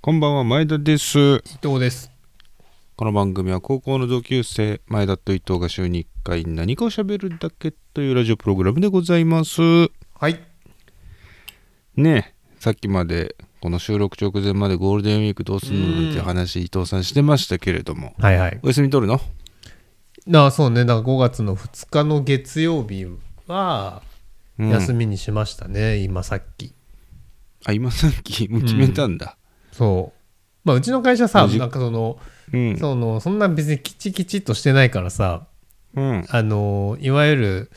こんばんは、前田です。伊藤です。この番組は高校の同級生、前田と伊藤が週に1回何かを喋るだけというラジオプログラムでございます。はい。ねえ、さっきまで、この収録直前までゴールデンウィークどうするのなんて話、伊藤さんしてましたけれども、はいはい。お休み取るのなあ、そうね。だから5月の2日の月曜日は、うん休みにしましたね、今さっき。あ、今さっき、もう決めたんだ。そう。まあ、うちの会社さ、無事なんかその、うん。その、そんな別にきちきちっとしてないからさ、うん。あの、いわゆる、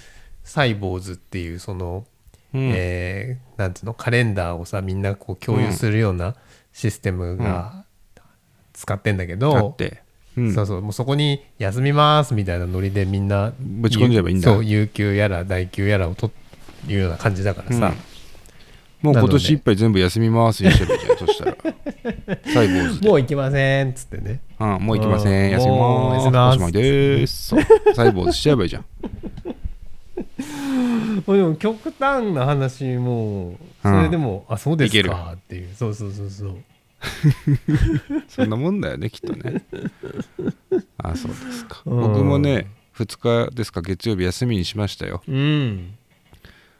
サイボーズっていう、その、うん。えーなんていうの、カレンダーをさ、みんなこう共有するようなシステムが使ってんだけど、だって、うんそうそうもうそこに休みますみたいなノリでみんなぶち込んじゃえばいいんだそう有給やら代給やらを取るような感じだからさ、もう今なので年いっぱい全部休みますにしちゃえばいいじゃん、そした ら。サイボーズでもう行きませんっつってねうん、もう行きません。うん休みもうまーす。休みまーおすしまいでーす。そう。細胞しちゃえばいいじゃん。 もうでも極端な話もうそれでも、あそうですいけるかっていうそうそうそうそうそんなもんだよね、きっと ね。あ、そうですか。うん僕もね、2日ですか、月曜日休みにしましたよ。うん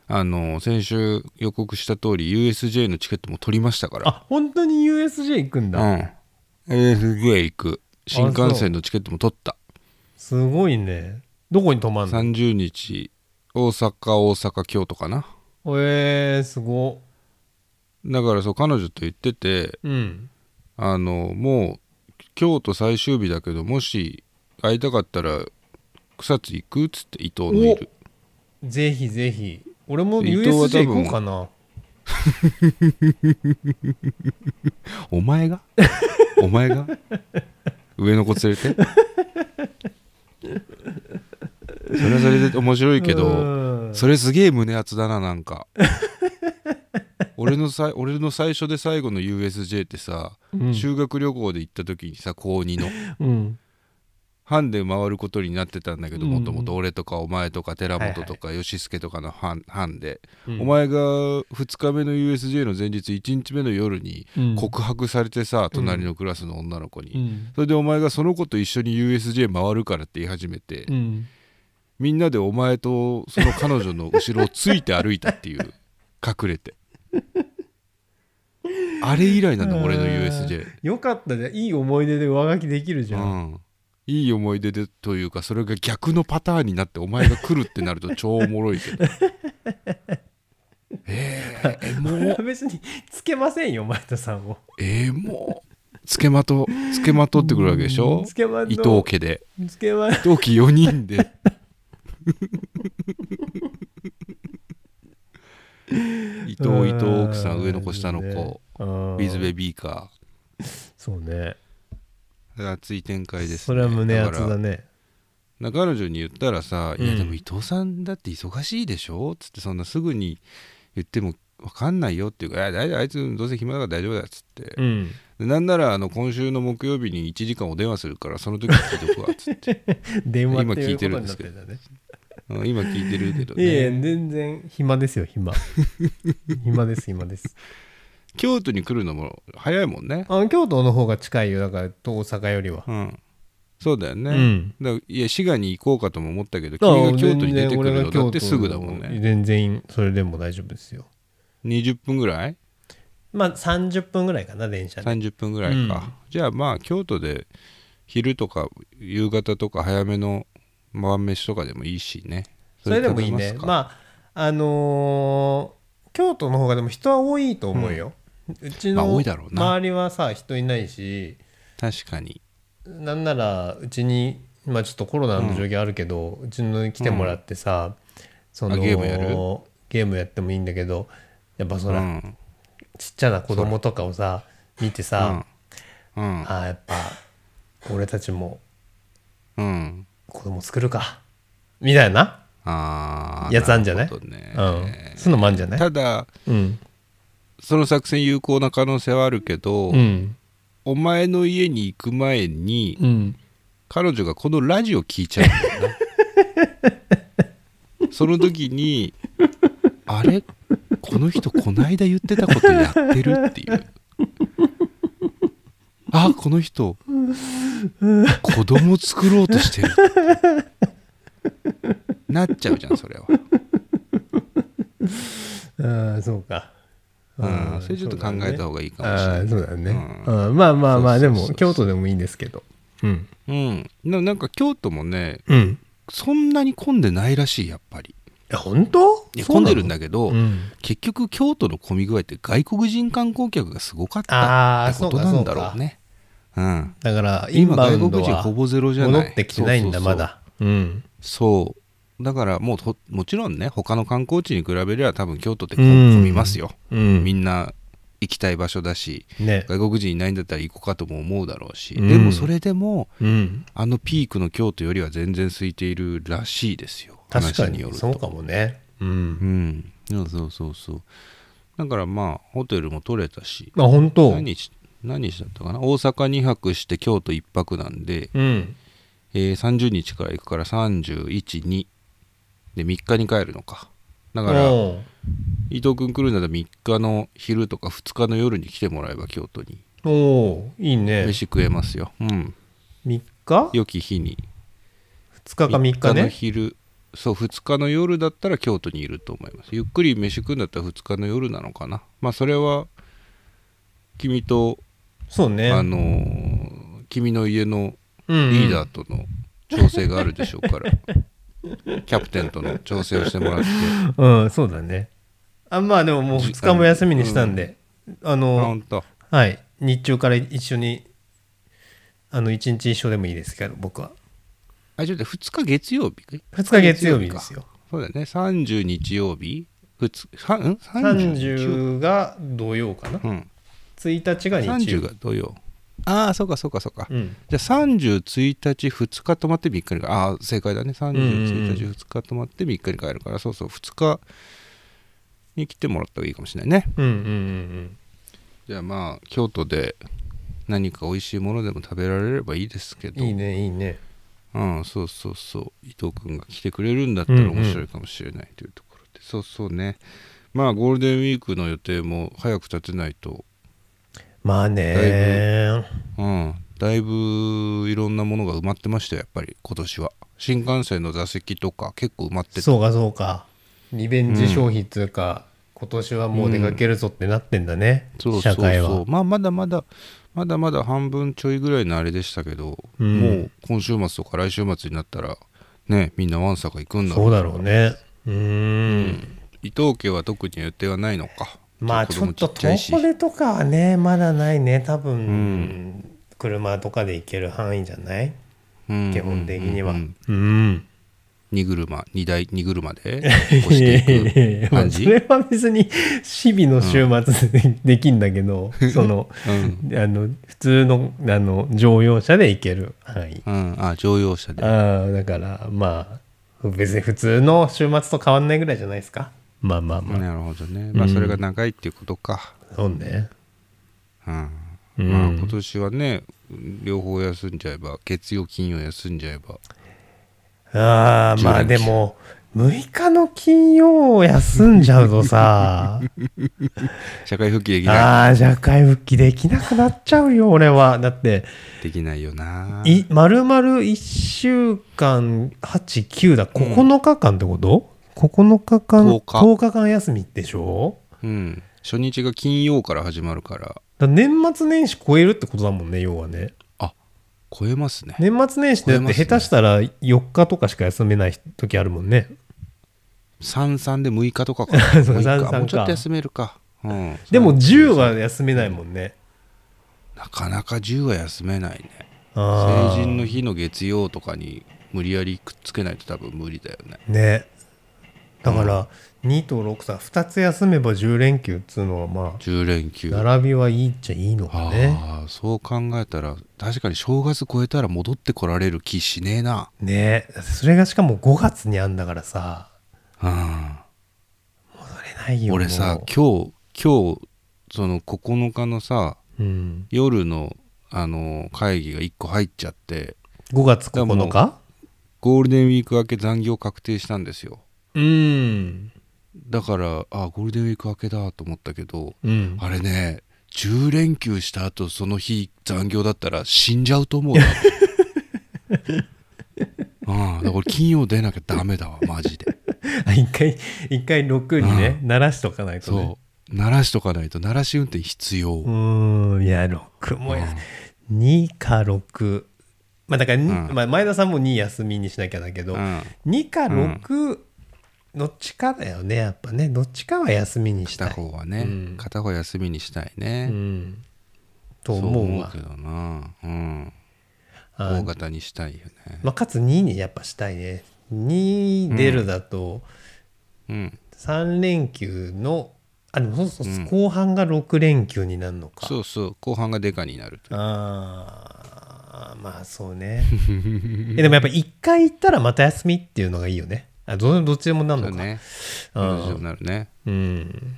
あの、先週予告した通り、USJ のチケットも取りましたから。あ本当に USJ 行くんだ、うん。USJ 行く。新幹線のチケットも取った。すごいねどこに泊まんの30日、大阪、大阪、京都かな。えー、すごだからそう、彼女と言ってて、うんあのもう京都最終日だけどもし会いたかったら草津行くっつって伊藤のいるぜひぜひ俺も伊藤は多分 USJ 行こうかなお前が お前が上の子連れてそれはそれで面白いけどうんそれすげえ胸熱だななんか俺のさい俺の最初で最後の USJ ってさ、うん修学旅行で行った時にさ高2のうん班で回ることになってたんだけどうんもともと俺とかお前とか寺本とか吉助とかの班班で、うんお前が2日目の USJ の前日1日目の夜にうん告白されてさ、隣のクラスの女の子に、うんそれでお前がその子と一緒に USJ 回るからって言い始めて、うんみんなでお前とその彼女の後ろをついて歩いたっていう隠 れてあれ以来なんだ俺の USJ よかったじゃんいい思い出で上書きできるじゃん、うん、いい思い出でというかそれが逆のパターンになってお前が来るってなると超おもろい けどえー、エモ 別につけませんよ前田さんをエモつけまとつけまとってくるわけでしょつけま伊藤家でつけま伊藤家4人 で伊藤伊藤奥さん上の子下の子ウィズベビビーカそうねー熱い展開です、ね、それは胸だ熱からだねな彼女に言ったらさ「うんいやでも伊藤さんだって忙しいでしょ?」っつってそんなすぐに言っても分かんないよっていうから「いや大丈夫あいつどうせ暇だから大丈夫だ」っつって、うんでなんならあの今週の木曜日に1時間お電話するからその時聞いとくわっつって電話今って聞いいうてこるんでとになっすけてどんだねうん今聞いてるけどいえね全然暇ですよ暇 暇です暇です京都に来るのも早いもんねあ京都の方が近いよだから大阪よりはうんそうだよね、うんだからいや滋賀に行こうかとも思ったけど君が京都に出てくるのだってすぐだもんね全然それでも大丈夫ですよ20分ぐらいまあ30分ぐらいかな電車で30分ぐらいか、じゃあまあ京都で昼とか夕方とか早めの晩飯とかでもいいしねそれでもいいね食べますかまああのー京都の方がでも人は多いと思うよ、うちまあの多いだろうな周りはさ人いないし確かになんならうちに今ちょっとコロナの状況あるけど、うちの来てもらってさ、そあのゲームやるゲームやってもいいんだけどやっぱそら、うんちっちゃな子供とかをさ見てさ、うんああやっぱ俺たちもうん子供作るかみたいな、あーやつあんじゃないるほどねうんそういうのもあるんじゃないただうんその作戦有効な可能性はあるけど、うんお前の家に行く前にうん彼女がこのラジオ聞いちゃうんだよなその時にあれこの人こないだ言ってたことやってるっていうあこの人子供作ろうとしてるなっちゃうじゃんそれは、うん、そうか。うん、それちょっと考えた方方がいいかもしれがないいい。そうだね。ううんまあまあまあ、そでうそうそうもそう、京都でもいいんですけど。うん。うん、ななんか京都もねうん。そんなに混んでないらしいやっぱりえ、本当いや混んでるんだけど、うん。結局京都の混み具合って外国人観光客がすごかったっああ、てこそうとか。なんそだうろかう。ねうんだから、イン今バウ外ンド国人はほぼゼロじゃ戻ないってきてないんそだ、うそまうそうだ。うん。そうだからもうともちろんね他の観光地に比べれば多分京都ってうん混みますよ、うみん。んな行きたい場所だしね。外国人いないんだったら行こうかとも思うだろうし、うんでもそれでもうん。あのピークの京都よりは全然空いているらしいですよ確か話にによ、るとそうかもね。う。うんんそうそうそうそうだからまあホテルも取れたしまあ、本当何日何日だったかな大阪2泊して京都1泊なんで、うん。えー30日から行くから312で3日に帰るのかだからうん伊藤君来るなら3日の昼とか2日の夜に来てもらえば京都におおいいね。飯食えますよ、うん、 3日良き日に ?2 日か3日のね。昼そう2日の夜だったら京都にいると思いますゆっくり飯食うんだったら2日の夜なのかなまあそれは君と、そうね。あのー君の家のうんリーダーとの調整があるでしょう から、キャプテンとの調整をしてもらってうん、そうだね。あまあでももう2日も休みにしたんで、ああの、本当はい、日中から一緒に、あの、1日一緒でもいいですけど、僕は。あちょっと2日月曜日2日月曜日ですよ。そうだよね30日曜日ふつはん30 30が土曜かな。うん1日が日30曜。が土曜ああそうかそうかそうか、うん。じゃあ31日2日泊まって3日に帰るああ正解だね31日うんうん2日泊まって3日に帰るからそうそう2日に来てもらった方がいいかもしれないねうんうんうんじゃあまあ京都で何か美味しいものでも食べられればいいですけうん。どいいね、いいね。うん、そうそうそう伊藤君が来てくれるんだったら面白いかもしれないというところで、そうそうねまあゴールデンウィークの予定も早く立てないと、まあね。うん、だいぶいろんなものが埋まってましたよやっぱり今年は新幹線の座席とか結構埋まってたそうかそうか。リベンジ消費というか、今年はもう出かけるぞってなってんだね、そうそう社会そうは。まあまだまだまだまだ半分ちょいぐらいのあれでしたけど、うんもう今週末とか来週末になったらねみんなワンサか行くんだろそううだろうね。うーん伊藤家は特に予定はないのかまあ子ちょ供っとちゃいし遠出とかはねまだないね多分、車とかで行ける範囲じゃない基基本的にはううんうんん、うん荷車2台荷車 で押していく感そじ、れは別に日々の週末でできんだけ ど、そのうんあの普通のあの乗用車で行ける範囲、うん、あ乗用車でああだからまあ別に普通の週末と変わんないぐらいじゃないですかまあまあまあ、なるほどねまあうんそれが長いっていうことか、そうねうんうんまあ今年はね両方休んじゃえば月曜金曜休んじゃえばああ、まあ10連休でも、6日の金曜を休んじゃう とさ、社会復帰できなああ、社会復帰できなくなっちゃうよ、俺は。だって、、いできないよないまるまる1週間、8、9だ、9日間ってこと、?9 日間、 10日 ,10 日間休みでしょうん、初日が金曜から始まるからだから年末年始超えるってことだもんね、要はね。あ超えますね年末年始ってだっ超てえますね下手したら4日とかしか休めない時あるもんね。 33で6日とかか そうもう一回33かもうちょっと休めるか、うん、でも10は休めないもんね。なかなか10は休めないねあー成人の日の月曜とかに無理やりくっつけないと多分無理だよねねだから、2と6さ2つ休めば10連休っつうのはま10連休ああ並びはいいっちゃいいのかねあそう考えたら確かに正月超えたら戻ってこられる気しねえなねそれがしかも5月にあんだからさうそれないんよ俺さも今日今日その9日のさううん、夜のあの会議が1個入っちゃって5月9日ゴールデンウィーク明け残業確定したんですようんだからあゴールデンウィーク明けだと思ったけどうんあれね10連休した後その日残業だったら死んじゃうと思う わああだから俺金曜出なきゃダメだわマジで あ 一回一回6にね、鳴らしとかないとねそう鳴らしとかないと鳴らし運転必要、うーんいや6もや、2か6まあだから、にうんまあ、前田さんも2休みにしなきゃだけど、うん2か6どっちかだよねやっぱねどっちかは休みにししたたい、方はね、うん片方休みにしたいうね、ん、とそう思う思うわけどなうんあ大型にしたいよねまあ、かつ2にやっぱしたいね2出るだとうん3連休のあでもそうそう、うん後半が6連休になるのかそうそう後半がデカになるとあーまあそうねえでもやっぱ1回行ったらまた休みっていうのがいいよねあどどっちでもなるそのうかねうそういうこんとになるねうん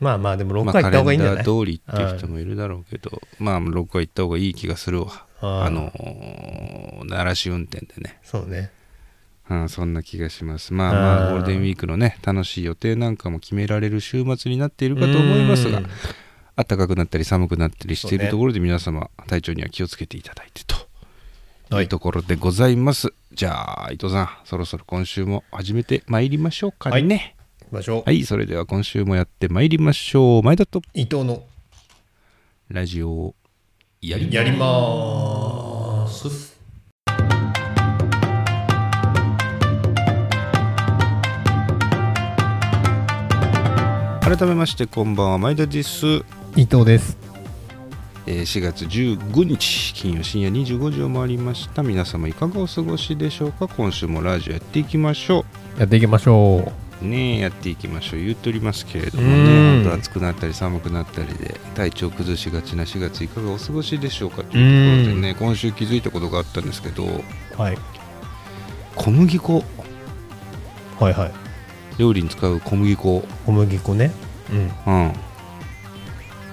まあまあでもま6あ回カ行ったレ方がいいンんじゃない、ダー通りっていう人もいるだろうけどまあ6回行った方がいい気がするわあーあのー鳴らし運転でねそうねうん、そんな気がします。まあまああ、ーゴールデンウィークのね、楽しい予定なんかも決められる週末になっているかと思いますうがん、暖かくなったり寒くなったりしていそうねるところで、皆様、体調には気をつけていただいてとはいいうところでございます。じゃあ、伊藤さん、そろそろ今週も始めてまいりましょうかね。行きましょう、はい、それでは今週もやってまいりましょう。前田と伊藤のラジオをやりやります改めまして、こんばんは、前田です。伊藤ですえー4月15日金曜深夜25時を回りました皆様いかがお過ごしでしょうか今週もラジオやっていきましょやっていきましょううねえやっていきましょう言っておりますけれどもうんね本当暑くなったり寒くなったりで体調崩しがちな4月いかがお過ごしでしょうかというところでね今週気づいたことがあったんですけどはい小麦粉はいはい料理に使う小麦粉、小麦粉ねうんうん、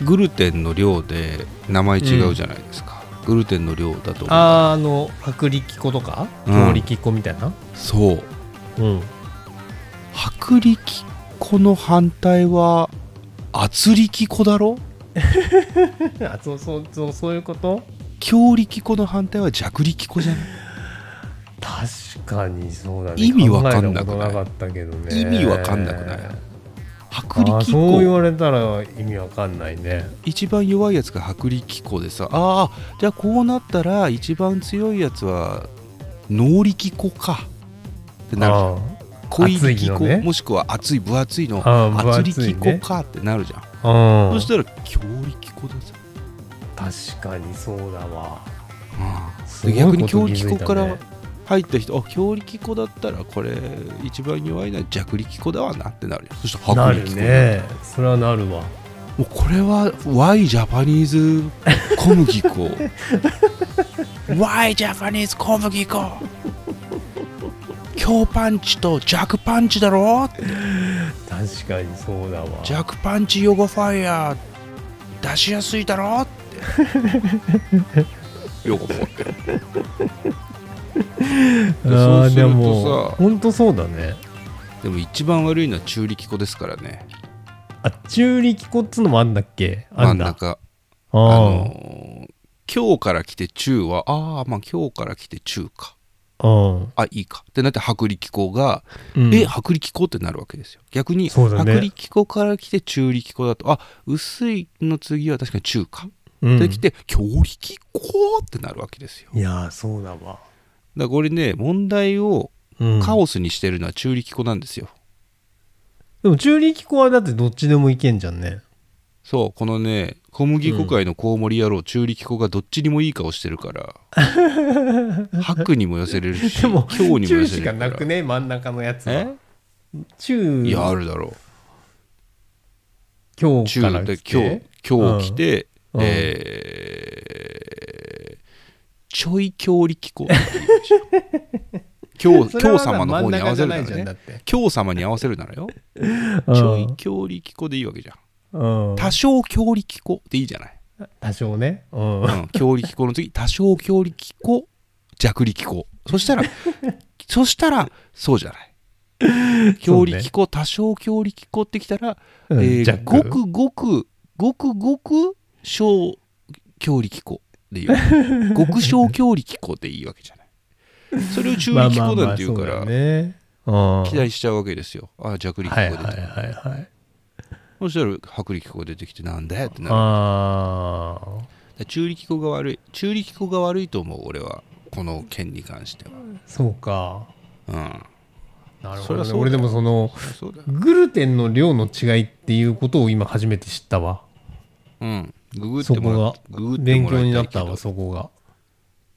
グルテンの量で名前違うじゃないですか、グルテンの量だと思うあーあの薄力粉とかうん強力粉みたいなそううん薄力粉の反対は圧力粉だろあそうそうそうそういうこと強力粉の反対は弱力粉じゃない、確かにそうだね意味わかんなくない考えたことなかったけどね意味わかんなくない薄あー力そう言粉われたら意味わかんないね一番弱いやつが薄力粉でさああじゃあこうなったら一番強いやつは能力粉かってなるじゃんあ濃い熱い力の粉、ねもしくは厚い分厚いのあー分圧厚い力ね粉かってなるじゃん、ーうそんしたら強力粉だぜ、確かにそうだわすでご逆いにこと強気づいた力ね粉から入った人、あ強力粉だったらこれ一番弱いのは弱力粉だわなってなるよそしてな薄力る粉、ねそれはなるわもうこれは Y ジャパニーズ小麦粉 Y ジャパニーズ小麦粉強パンチと弱パンチだろ確かにそうだわ弱パンチ横ファイヤー出しやすいだろって 横ファイヤーそうすあーるとさでも本当そうだねでも一番悪いのは中力粉ですからねあ中力粉っつうのもあんだっけあ真んんだ中ああーのー今日から来て中はああまあ今日から来て中かうんあいいかってなって薄力粉が、うんえ薄力粉ってなるわけですよ逆に、そうだね薄力粉から来て中力粉だとあ薄いの次は確かに中か、うんで来て強力粉ってなるわけですよだかいやーそうだわ、らこれね問題をうんカオスにしてるのは中力粉なんですよ、でも中力粉はだってどっちでもいけんじゃんねそうこのね小麦粉界のコウモリ野郎、中力粉がどっちにもいい顔してるから 白にも寄せれるしでも強にも中寄せしれかるかなくらね真ん中のやつはえ中いやあるだろ今う日中からで来今て日今日来て、うんうんえーちょい強力粉 今日今日様の方に合わせるならねね今日様に合わせるならようんちょい強力粉でいいわけじゃんうん多少強力粉でいいじゃない、多少ねうんうん、強力粉の次多少強力粉弱力粉そしたら そしたらそうじゃ ない強力粉、多少強力粉ってきたら、うえんーご弱くごくごくごく小強力粉でいいわ け極小強力粉でいいわけじゃないそれを中力粉なんて言うからね。うん期待しちゃうわけですよああ弱力粉はがい出はいた、はいはい。そしたら薄力粉が出てきてなんだよってなるあだから中力粉が悪い中力粉が悪いと思う俺はこの件に関してはあ、そうか。うんなるそほりゃそうど、ね。だよ俺でもその、そうだよグルテンの量の違いっていうことを今初めて知ったわ。うんググっそてこもらがっググって勉もら強いいにけどなったわ、そこが。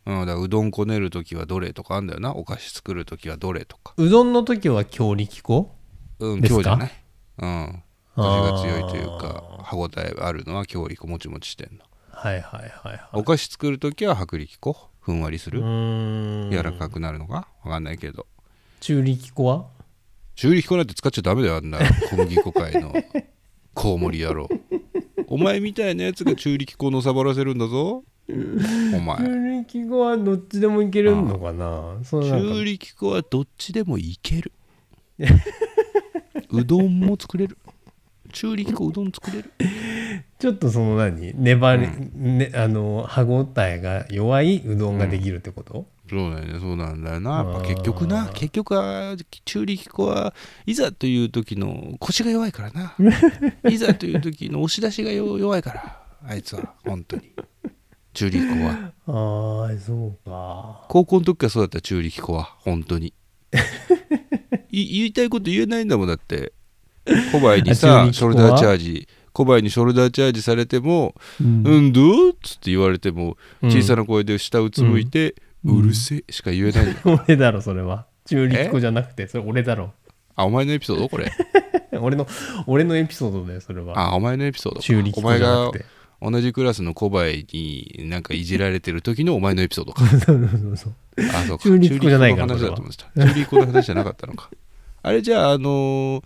うん、だからうどんこねるときはどれとかあんだよなお菓子作るときはどれとかうどんの時は強力粉うんです強かじゃないうん味あーが強いというか歯ごたえあるのは強力もちもちしてんのはいはいはいはい。お菓子作るときは薄力粉ふんわりすうるーん。柔らかくなるのかわかんないけど中力粉は中力粉なんて使っちゃダメだよあんな小麦粉界のコウモリ野郎お前みたいなやつが中力粉のさばらせるんだぞお前中力粉はどっちでもいけるのかなそのなんか中力粉はどっちでもいけるうどんも作れる中力粉うどん作れるちょっとその何粘り、ね、あの歯ごたえが弱いうどんができるってこと、そうだよねそうなんだよなやっあぱー結局な結局は中力粉はいざという時の腰が弱いからないざという時の押し出しがよ弱いからあいつは本当に中力粉はああそうか高校の時からそうだった中力粉は本当 にい言いたいこと言えないんだもんだって コバエにあ中力さ粉はショルダーチャージコバエにショルダーチャージされても「うんうんどう?」っつって言われてもうん小さな声で下うつむいて「うんうるせえ」しか言えない俺だろそれは中力粉じゃなくてそれ俺だろ あお前のエピソードこれ俺の俺のエピソードだよそれはあお前のエピソードか中力お粉前じゃながくて同じクラスのコバエになんかいじられてる時のお前のエピソードか そうそうそうあそうか中立校じゃないから中立校の話だと思ってた中立校の話じゃなかったのかあれじゃああのー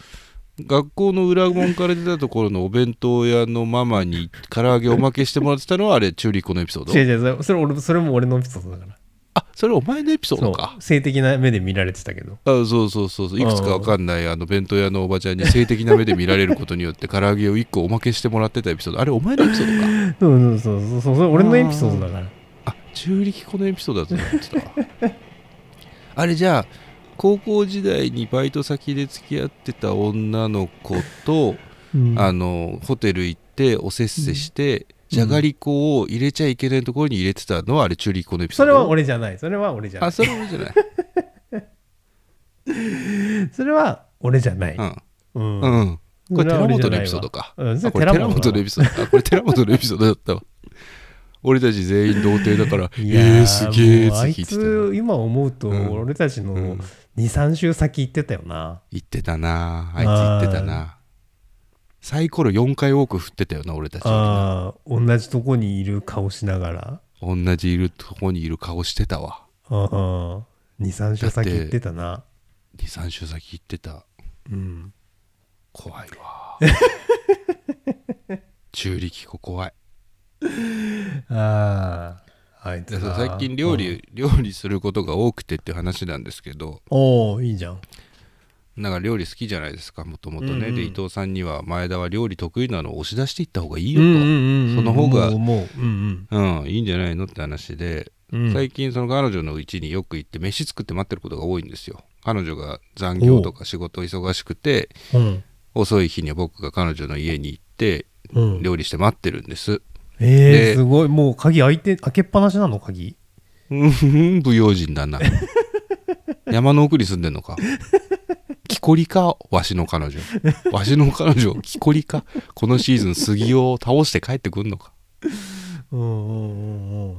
学校の裏門から出たところのお弁当屋のママに唐揚げおまけしてもらってたのはあれ中立校のエピソード違う違うそれそれ俺それも俺のエピソードだからあそれお前のエピソードかそう性的な目で見られてたけどあそうそうそうそういくつかわかんないあの弁当屋のおばちゃんに性的な目で見られることによって唐揚げを1個おまけしてもらってたエピソードあれお前のエピソードかそうそうそうそうそれ俺のエピソードだからあ中力このエピソードだと思ってたわあれじゃあ高校時代にバイト先で付き合ってた女の子と、うんあのホテル行っておせっせして、じゃがりこを入れちゃいけないところに入れてたのはあれ中力このエピソそーれドは俺じゃないそれは俺じゃなあいそれは俺じゃないそれは俺じゃないうん うんうんこれそは寺俺じ本ゃなのいわエピソードか、うんそれあこれ寺だ本のエピソードあこれ寺本のエピソードだったわ俺たち全員童貞だから「いやえー、すげえ」っもうあてい聞いてたよつ今思うとうん俺たちのうん23週先行ってたよな行ってたなあいつ行ってたなサイコロ4回多く振ってたよな俺たち同ああ同じとこにいる顔しながらじいるとこにいる顔してたわ23週先行ってたな23週先行ってたうん怖いわ 中力粉怖いあああいつでなさ最近料理、料理することが多くてっていう話なんですけどおおいいじゃんなんか料理好きじゃないですかもともとね、うんうんで伊藤さんには前田は料理得意なのを押し出していった方がいいいよと、うんその方がもううんいいんじゃないのって話でうんうん最近その彼女の家によく行って飯作って待ってることが多いんですよ彼女が残業とか仕事忙しくてうん遅い日には僕が彼女の家に行ってうん料理して待ってるんですえでー、すごいもう鍵開いて開けっぱなしなの鍵うんふん不用心だ な山の奥に住んでんのか木こりかわしの彼女わしの彼女木こりかこのシーズン杉を倒して帰ってくんのかうんうんう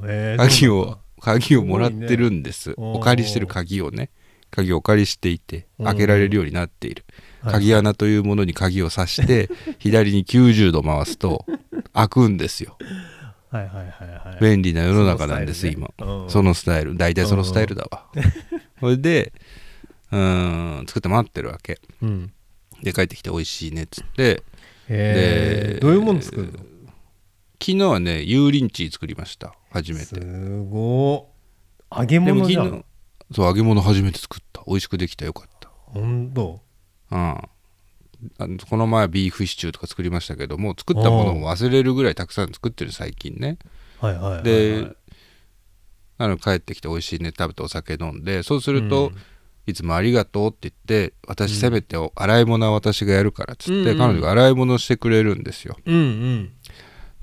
んうんえー鍵を鍵をもらってるんですすごいねお借りしてる鍵をね鍵をお借りしていてうん開けられるようになっているはい鍵穴というものに鍵を刺して 左に90度回すと開くんですよはいはいはいはい便利な世の中なんですそのス今タイルねうんそのスタイル大体そのスタイルだわ それでうーん作って待ってるわけうんで帰ってきて美味しいねっつってへえでどういうもの作るの昨日はね油淋鶏作りました初めすてごい揚げでも物昨じゃ日んそう揚げ物初めて作った美味しくできたよかったほんとうん、あのこの前ビーフシチューとか作りましたけども作ったものを忘れるぐらいたくさん作ってる最近ねはいはいはいはいであの帰ってきて美味しいね食べてお酒飲んでそうすると、うんいつもありがとうって言って私せめてお洗い物は私がやるからっつって、うんうん彼女が洗い物してくれるんですようんうん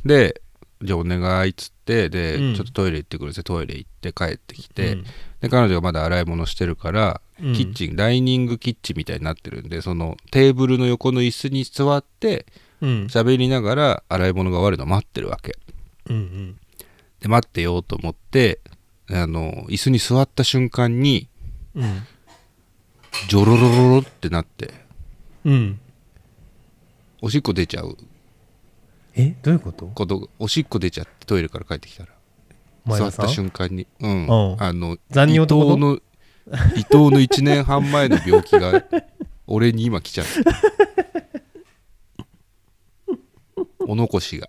でじゃあお願いっつってで、うんちょっとトイレ行ってくるぜトイレ行って帰ってきて、うんで彼女がまだ洗い物してるから、うんキッチンダイニングキッチンみたいになってるんでそのテーブルの横の椅子に座ってうん喋りながら洗い物が終わるのを待ってるわけうんうんで待ってようと思ってあの椅子に座った瞬間にうんジョロロロロってなってうんおしっこ出ちゃうえどういうことことおしっこ出ちゃってトイレから帰ってきたら前座田っさたん瞬間に、うんうんあの残尿伊ってこと藤の伊藤の1年半前の病気が俺に今来ちゃった お残しが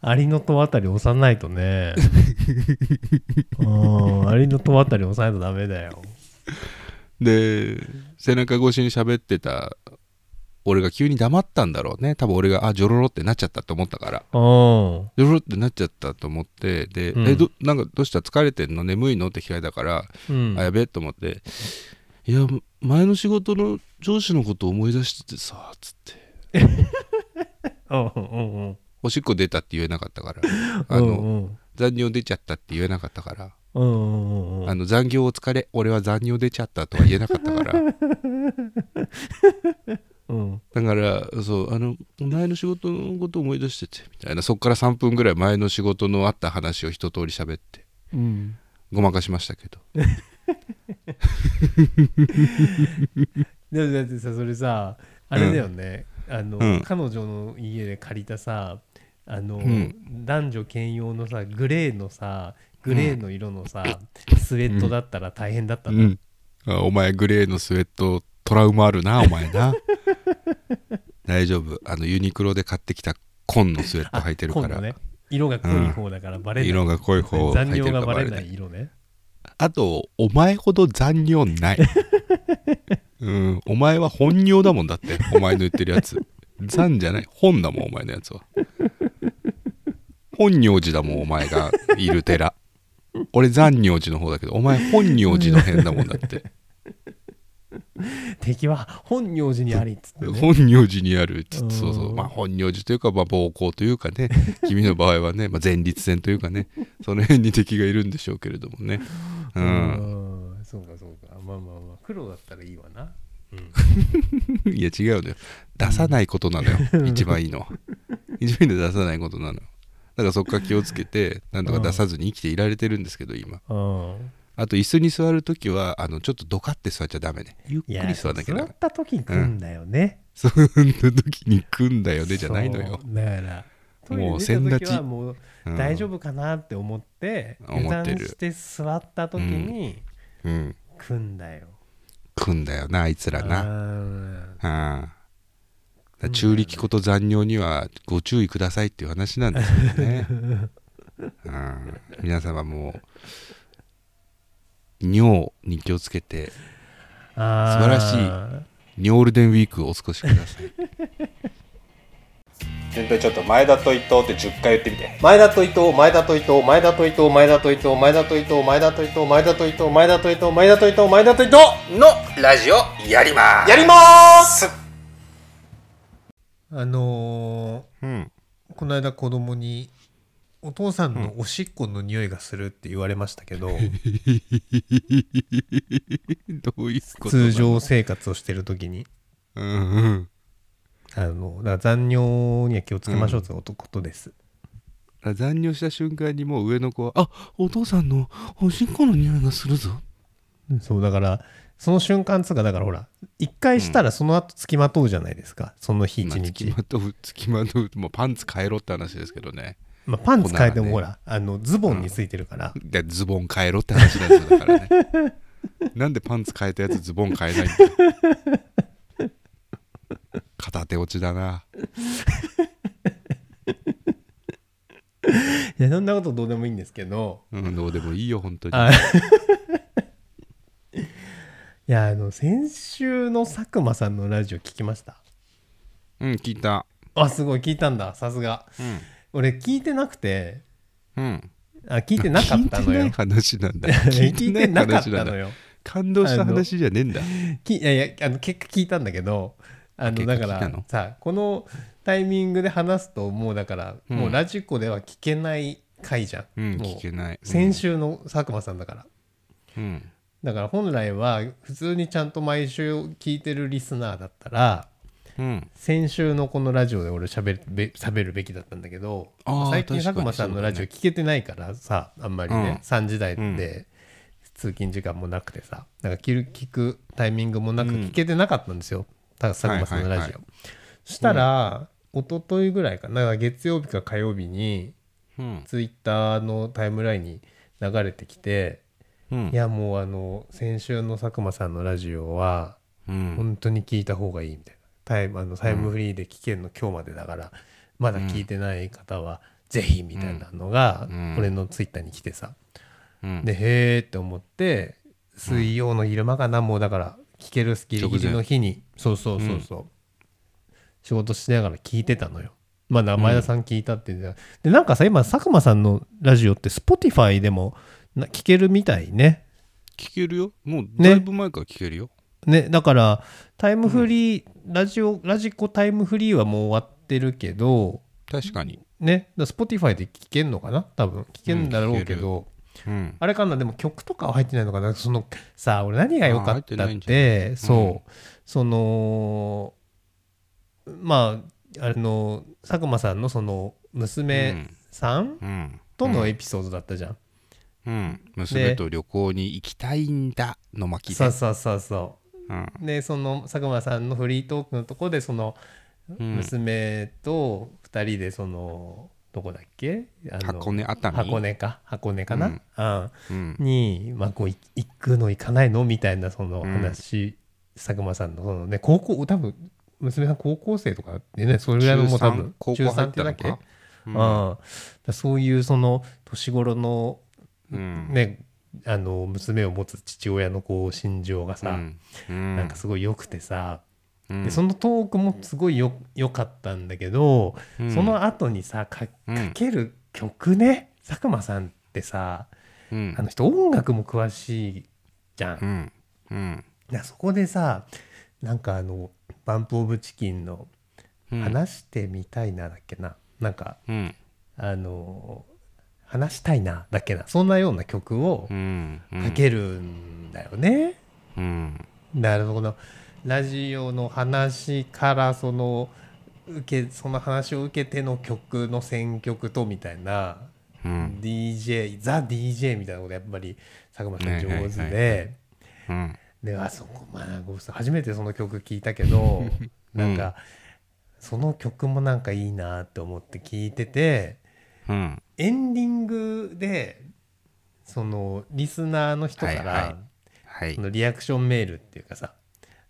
アリの塔あたり押さない とねうんアリの塔あたり押さないとダメだよで背中越しに喋ってた俺が急に黙ったんだろうね多分俺があジョロロってなっちゃったと思ったからうんジョロロってなっちゃったと思ってで、うんえどなんかどうした疲れてんの眠いのって聞かれたから、うんあやべえと思って「いや前の仕事の上司のこと思い出しててさ」つってうんうんうんおしっこ出たって言えなかったからあ うの、ん残業出ちゃったって言えなかったから、うんうんうんうんあの残業お疲れ俺は残業出ちゃったとは言えなかったからうんだからそうあの前の仕事のこと思い出しててみたいなそっから3分ぐらい前の仕事のあった話を一通り喋ってうんごまかしましたけどでもだってさそれさあれだよね、あの、うん彼女の家で借りたさあの、うん男女兼用のさグレーのさグレーの色のさ、スウェットだったら大変だったうの、んあお前グレーのスウェットトラウマあるなお前 な大丈夫あのユニクロで買ってきた紺のスウェットあ履いてるから、今度ね色が濃い方だからバレない、色が濃い方を履残いて量るからがババレレなないい色ねあと、お前ほど残尿ない。うん、お前は本尿だもんだって、お前の言ってるやつ。残じゃない、本だもん、お前のやつは。本尿寺だもん、お前がいる寺。俺、残尿寺の方だけど、お前、本尿寺の辺だもんだって。敵は本名字にありっつって、ね、本尿寺にある、つうんそうそう、まあ、本尿寺というか、まあ、膀胱というかね、君の場合はね、まあ、前立腺というかね、その辺に敵がいるんでしょうけれどもね。うんうんそうかそうかまあまあまあ黒だったらいいわな、うん、いや違うのよ出さないことなのよ、一番いいのは一番いいのは出さないことなのよだからそっから気をつけてなんとか出さずに生きていられてるんですけど今うんあと椅子に座るときはあのちょっとドカって座っちゃダメねゆっくいりや座座らなきゃダっメた時に来るんだよね、そんな時に来んだよねじゃないのよそうだからトイレもう出た時先立ちはもううん大丈夫かなって思って思油っ断てるして座った時にうん来んだよ、来んだよなあいつらななうんだから中力粉と残尿にはご注意くださいっていう話なんですけど ね、うん、皆様も尿に気をつけて素晴素晴らしい尿ルデンウィークをお過ごしください全体ちょっと前田と伊藤って10回言ってみて前田と伊藤前田と伊藤前田と伊藤前田と伊藤前田と伊藤前田と伊藤前田と伊藤前田と伊藤前田と伊藤前田と伊藤のラジオやりまやりますあのうんーこの間子供にお父さんのおしっこの匂いがするって言われました けど、 どういうこと通常生活をしてる時にうんうんあのだから残尿には気をつけましょうということです、あ残尿した瞬間にもう上の子は「あお父さんのおしっこの匂いがするぞ」そうだからその瞬間つうかだからほら一回したらその後つきまとうじゃないですかその日ま一あ、つき日ま、とうつきまとうもうパンツ変えろって話ですけどねまあ、パンツ変えても粉ほがら、あのズボンについてるから、でズボン変えろって話なんですよだからねなんでパンツ変えたやつズボン変えないんだよ片手落ちだないやそんなことどうでもいいんですけどうんどうでもいいよ本当にあいやあの先週の佐久間さんのラジオ聞きましたうん聞いたあすごい聞いたんださすがうん俺聞いてなくてうんあ聞いてなかったの 聞いてないよ話なんだ 聞聞いいててなないかっ話なたんのだよ感動した話じゃねえんだきいやいやあの結果聞いたんだけどあの結だ果か聞いたらのさこのタイミングで話すともうだから、うんもうラジコでは聞けない回じゃん、うんもう聞けない先週の佐久間さんだから、うんだから本来は普通にちゃんと毎週聞いてるリスナーだったらうん先週のこのラジオで俺しゃべるべ喋るべきだったんだけどあー最近確かに佐久間さんのラジオ聞けてないからさあんまりね、うん3時台で通勤時間もなくてさなんか聞く聞くタイミングもなくうん聞けてなかったんですよ、た佐久間さんのラジオ。はいはいはしたら、一昨日ぐらいかなだから月曜日か火曜日にうんツイッターのタイムラインに流れてきて。うんいやもうあの先週の佐久間さんのラジオはうん本当に聞いた方がいいみたいなタイムあのタイムフリーで聞けるの今日までだからまだ聞いてない方はぜひみたいなのがうん俺のツイッターに来てさうんでへーって思って水曜の昼間かなもうだから聞けるギリギリの日にそうそうそうそう仕事しながら聞いてたのよまあ前田さん聞いたって言ってたでなんかさ今佐久間さんのラジオって Spotify でもな聞けるみたいね聞けるよもうだいぶ前から聞けるよね、だからタイムフリー、ラジオラジコタイムフリーはもう終わってるけど確かにねだ Spotify で聞けんのかな多分聞けんだろうけど、うんあれかなでも曲とかは入ってないのかなそのさあ俺何が良かったあっ入ってないんじてそう、うんそのまああの佐久間さんのその娘さんうんとのエピソードだったじゃん、うん娘と旅行に行きたいんだの巻そうでそうそうそううんでその佐久間さんのフリートークのとこでそのうん娘と2人でそのどこだっけあの箱根熱海箱根か箱根かな、うんうんに、まあ、こうい行くの行かないのみたいなその話、佐久間さんのそのね高校多分娘さん高校生とかでねそれぐらいのもう多中分三高校入3っったてだのっけ、かうんだからそういうその年頃のうんね、あの娘を持つ父親のこう心情がさ、うんなんかすごい良くてさ、うんでそのトークもすごいよ良かったんだけど、うんその後にさかかうんける曲ね、佐久間さんってさうんあの人音楽も詳しいじゃん。うんうんだからそこでさなんかあの「バンプ・オブ・チキン」の「うん話してみたいな」だっけな、なんかうんあの「話したいな」だっけなそんなような曲をうんうんかけるんだよね。うんなるほどラジオの話からその受けその話を受けての曲の選曲とみたいな、うん DJ ザ・ DJ みたいなことやっぱり佐久間さん上手で、はいはいうんであそこまあごめんなさい初めてその曲聴いたけ どなんか、その曲もなんかいいなって思って聴いててうんエンディングでそのリスナーの人から、はいはいはいそのリアクションメールっていうかさ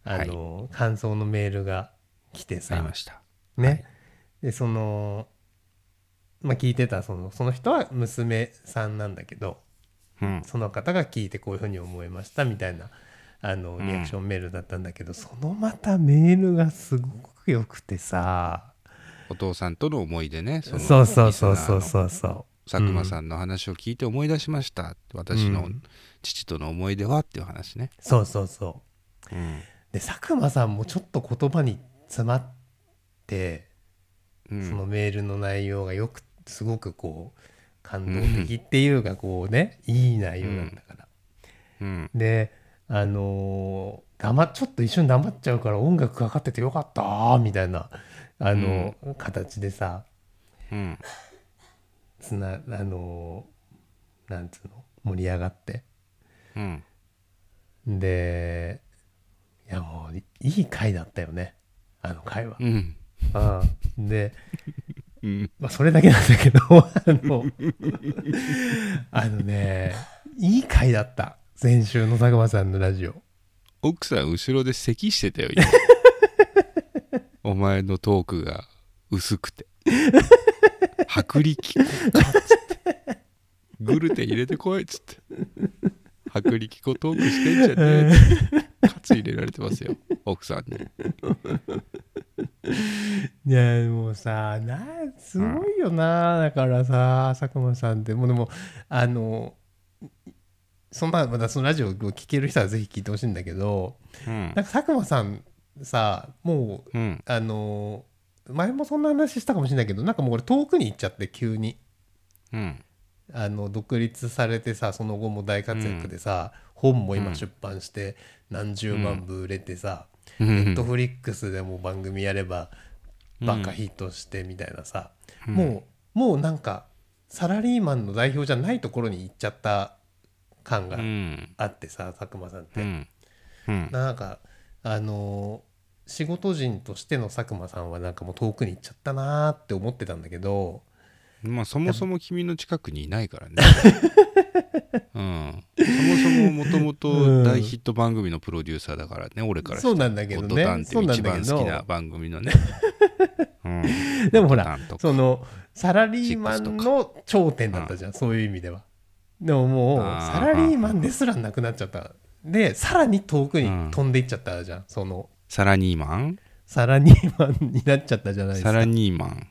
あの、感想のメールが来てありさま、したねでその、まあ、聞いてたそのその人は娘さんなんだけどうんその方が聞いてこういうふうに思いましたみたいなあのうんリアクションメールだったんだけど、そのまたメールがすごく良くてさお父さんとの思い出ねのそうそうそうそうリスナーのそうそう佐久間さんの話を聞いて思い出しました、私の父との思い出はっていう話ね、そうそうそううんで佐久間さんもちょっと言葉に詰まってうんそのメールの内容がよくすごくこう感動的っていうかこうねいい内容なんだから。うんであのー黙っちょっと一瞬黙っちゃうから音楽かかっててよかったーみたいなあのー、形でさうんつなあのーなんつうの盛り上がってうんでいやもういいい回だったよねあの回は。うんうん、 でうんまあ、それだけなんだけど、 あの、あのね、いい回だった。先週の佐久間さんのラジオ。奥さん後ろで咳してたよ今お前のトークが薄くて薄力粉かっつってグルテン入れてこいっつって薄力粉トークしてんじゃねえっつってつ入れられてますよ奥さんにいやもうさなすごいよな、だからさ佐久間さんってもうでもあのそんなまだそのラジオを聞ける人はぜひ聞いてほしいんだけどうんなんか佐久間さんさもううんあの前もそんな話したかもしれないけどなんかもう俺遠くに行っちゃって急にうんあの独立されてさその後も大活躍でさ、本も今出版して何十万部売れてさ、うネッんトフリックスでも番組やればバカヒットしてみたいなさ、うんもうもうなんかサラリーマンの代表じゃないところに行っちゃった感うがんあってさ佐久間さんって、うんうんなんかあのー仕事人としての佐久間さんはなんかもう遠くに行っちゃったなーって思ってたんだけどまあそもそも君の近くにいないから ねうんそもそももともと大ヒット番組のプロデューサーだからね俺からそうなんだけどゴッドタンねってそうなん一だ番け好きどな番組のね、うん、 でもほらゴッドタンとかそのサラリーマンの頂点だったじゃん、そういう意味ではでももうあーサラリーマンですらなくなっちゃったでさらに遠くに飛んでいっちゃったじゃん、そのサラニーマンサラリーマンになっちゃったじゃないですサかラニーマン、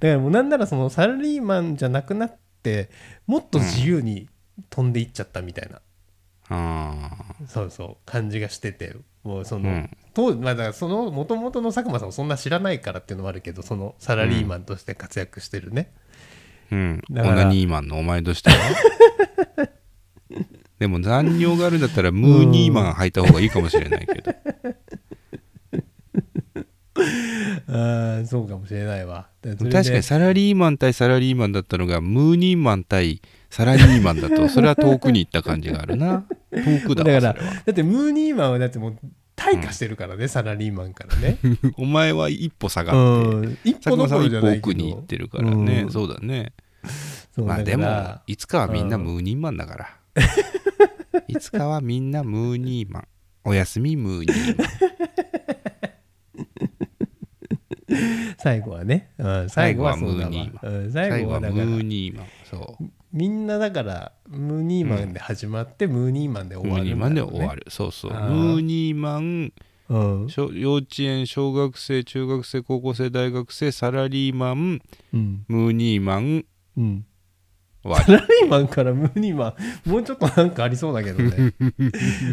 だからもうなんならそのサラリーマンじゃなくなってもっと自由に飛んでいっちゃったみたいな、うん、あそうそう感じがしててもうそーの、うん当まあ、だからそのもともとの佐久間さんをそんな知らないからっていうのもあるけどそのサラリーマンとして活躍してるね、うん、オだからナニーマンのお前と してはでも残尿があるんだったらムーニーマン履いた方がいいかもしれないけど、あーそうかもしれないわだからそれで確かにサラリーマン対サラリーマンだったのがムーニーマン対サラリーマンだ とそれは遠くに行った感じがあるな遠くだわだかそられはだってムーニーマンはだってもう退化してるからね、サラリーマンか らね、お前は一歩下うがって、ん、一佐歩久間どこさんはろじ一ゃな歩いけ奥どに行ってるからね、うんそうだねそうまあだでからもいつかはみんなムーニーマンだからいつかはみんなムーニーマンおやすみムーニーマン最後はね、うん、最後は最後そはうだわムーニーうん、最最後後ははムだからーニーマンそうみんなだからムーニーマンで始まって、ムーニーマンで終ムわーるニーみマたンいなでね、終わるそうそうあームーニーマンうん小幼稚園小学生中学生高校生大学生サラリーマンうんムーニーマンうん終わサ ラリーマンからムーニーマンもうちょっとなんかありそうだけど ね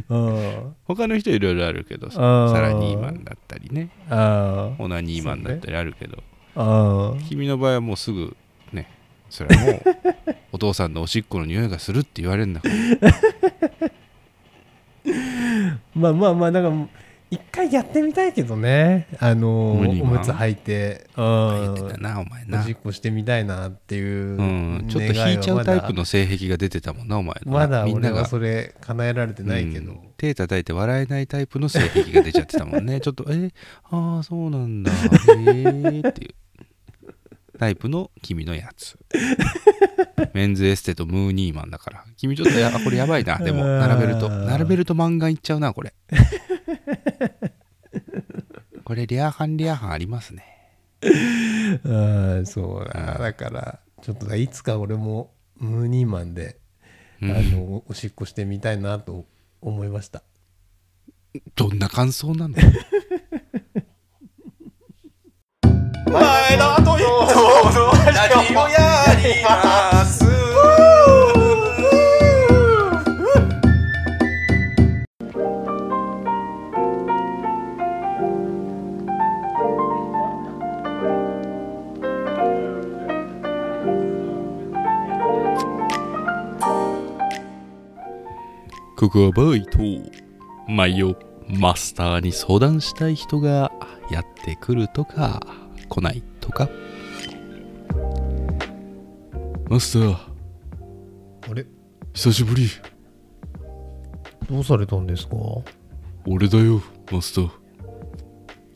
うん他の人いろいろあるけどさあーサラニーマンだったりねあオナニーマンだったりあるけど、あああ君の場合はもうすぐねそれはもうお父さんのおしっこの匂いがするって言われるんだ からまあまあまあなんか一回やってみたいけどねあのムーニーーおマンむつ履いてう言ってたんなお前おなしっこしてみたいなっていううん、ちょっと願は引いちゃうまだタイプの性癖が出てたもんなお前なまだみん俺なはがそれ叶えられてないけど、うん手叩いて笑えないタイプの性癖が出ちゃってたもんねちょっとえああそうなんだへえっていうタイプの君のやつメンズエステとムーニーマンだから君ちょっとやあこれやばいなでもあー並べると並べると漫画いっちゃうなこれこれレア班レア班ありますねああそうだだからちょっとだいつか俺もムーニーマンで、うんあのおしっこしてみたいなと思いましたどんな感想なの前田と伊藤のラジオやりますここはバイト毎夜マスターに相談したい人がやってくるとか来ないとかマスターあれ久しぶりどうされたんですか俺だよマスター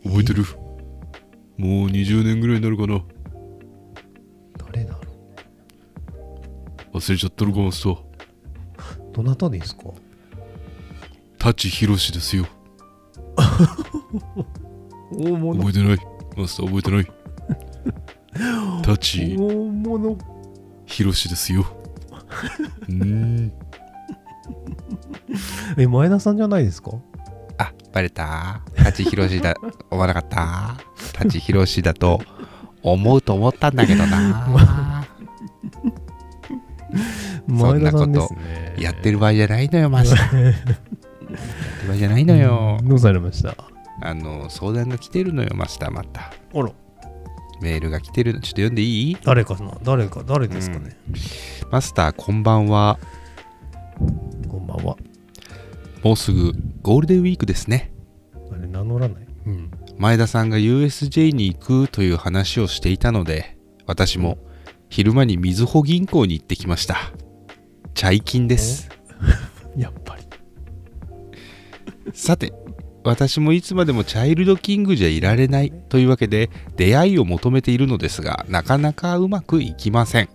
覚えてるもう20年ぐらいになるかな誰だろ忘れちゃったのかマスターうどなたですか舘ひろしですよ大物覚えてないマスター覚えてない舘大物ひろしですようーんえ前田さんじゃないですかバレた舘ひろしだ思わなかった舘ひろしだと思うと思ったんだけどなそん前な田こさんでとすねやってる場合じゃないのよマスターやってる場合じゃないのよどうされましたあの相談が来てるのよマスターまたあらメールが来てるのちょっと読んでいい誰かな誰か誰ですかね、マスターこんばんはこんばんはもうすぐゴールデンウィークですねあれ名乗らないうん前田さんが USJ に行くという話をしていたので私も昼間にみずほ銀行に行ってきましたチャイ金ですやっぱりさて私もいつまでもチャイルドキングじゃいられないというわけで出会いを求めているのですがなかなかうまくいきません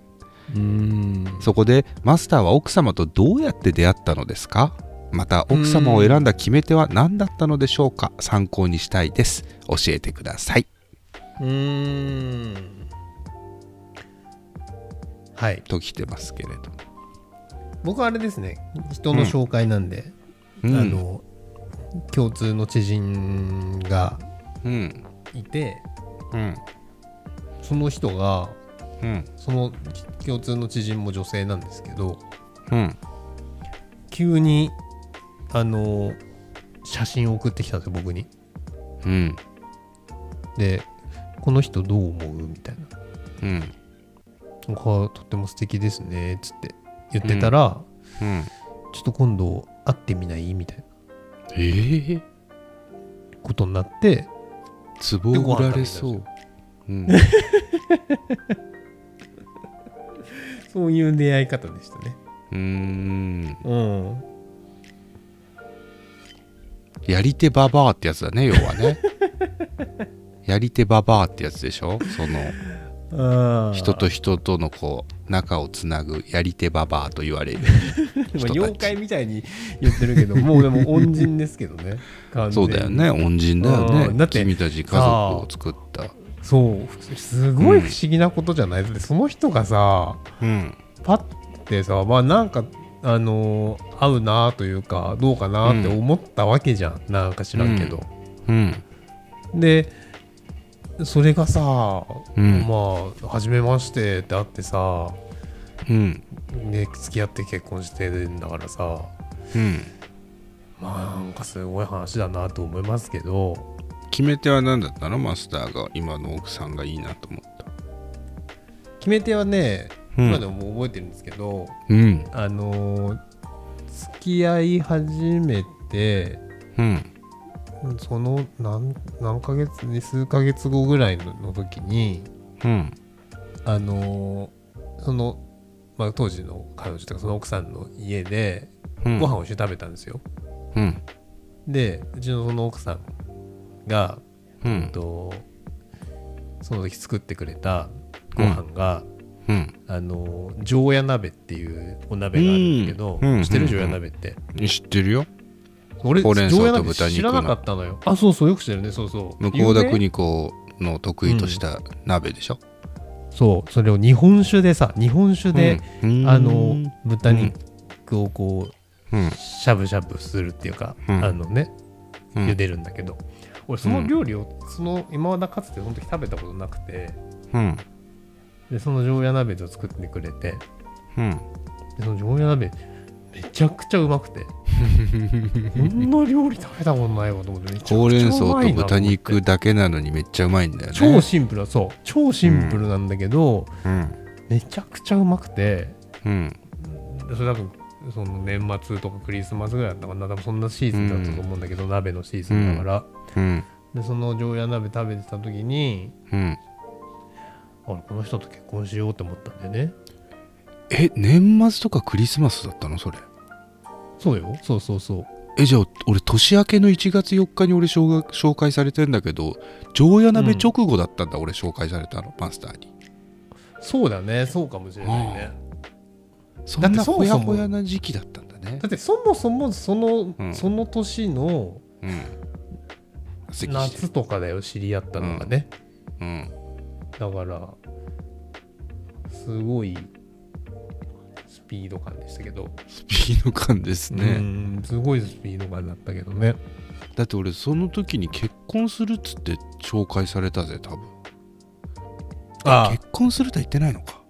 うーんそこでマスターは奥様とどうやって出会ったのですかまた奥様を選んだ決め手は何だったのでしょうか参考にしたいです教えてくださいうーんはいと来てますけれど、僕はあれですね人の紹介なんで、うん、あの共通の知人がうんいてうんその人がうんその共通の知人も女性なんですけどうん急にあの写真を送ってきたんですよ僕にうんでこの人どう思うみたいなうん「あとっても素敵ですね」っつって言ってたら、うんちょっと今度会ってみないみたいなええことになってつぼを売られそう、うん、そういう出会い方でしたねうーんうんやり手ババアってやつだね要はねやり手ババアってやつでしょそのあー人と人とのこう仲をつなぐやり手ババアと言われるま人たあち妖怪みたいに言ってるけどもうでも恩人ですけ どね完全そうにだよね恩人だようねんだって君たち家族を作ったそうふすごい不思議なことじゃない、だってその人がさうんパッてさまあなんかあのー合うなというかどうかなって思ったわけじゃん、なんか知らんけど、うんでそれがさ、うんまあ初めましてってあってさ、うんね、付き合って結婚してるんだからさうんまあなんかすごい話だなと思いますけど決め手は何だったのマスターが今の奥さんがいいなと思った決め手はね、うん今でも覚えてるんですけどうんあのー付き合い始めてうんその何何ヶ月に数ヶ月後ぐらいのの時にうんあのーその、まあ、当時の彼女とかその奥さんの家でうんご飯を一緒に食べたんですよ、うんでうちのその奥さんが、うえっんとその時作ってくれたご飯が、うんあの常夜鍋っていうお鍋があるんだけど、うん知ってうるん常夜鍋って、知ってるよ俺ほうれん草と常夜鍋豚肉の知らなかったのよあそうそうよく知ってるねそうそう向田有名邦子の得意とした鍋でしょ、そうそれを日本酒でさ日本酒で、うんあの豚肉をこううんしゃぶしゃぶするっていうか、うんあのねうん茹でるんだけど、俺その料理をその今までかつてその時食べたことなくてうんでその常夜鍋を作ってくれてうんでその常夜鍋めちゃくちゃうまく てこんな料理食べたことないわと思ってめちゃくちゃほうれん草うとまいな豚思って肉だけなのにめっちゃうまいんだよね超シンプルなそう超シンプルなんだけど、うんめちゃくちゃうまくてうんそれ多分その年末とかクリスマスぐらいだったかな多分そんなシーズンだったと思うんだけど、鍋のシーズンだかうら、んでその常夜鍋食べてた時にうん俺この人と結婚しようと思ったんだよねえ年末とかクリスマスだったのそれそうよそうそうそうえじゃあ俺年明けの1月4日に俺紹介紹介されてんだけど常夜鍋直後だったんだ、俺紹介されたのマスターにそうだねそうかもしれないねそだっんてなそほもそやもほやな時期だったんだねだってそもそもその、うんその年のうん咳してる夏とかだよ知り合ったのがね、うんだからすごいスピード感でしたけどスピード感ですうねんすごいスピード感だったけどねだって俺その時に結婚するっつって紹介されたぜ多分ああ結婚するとは言ってないのか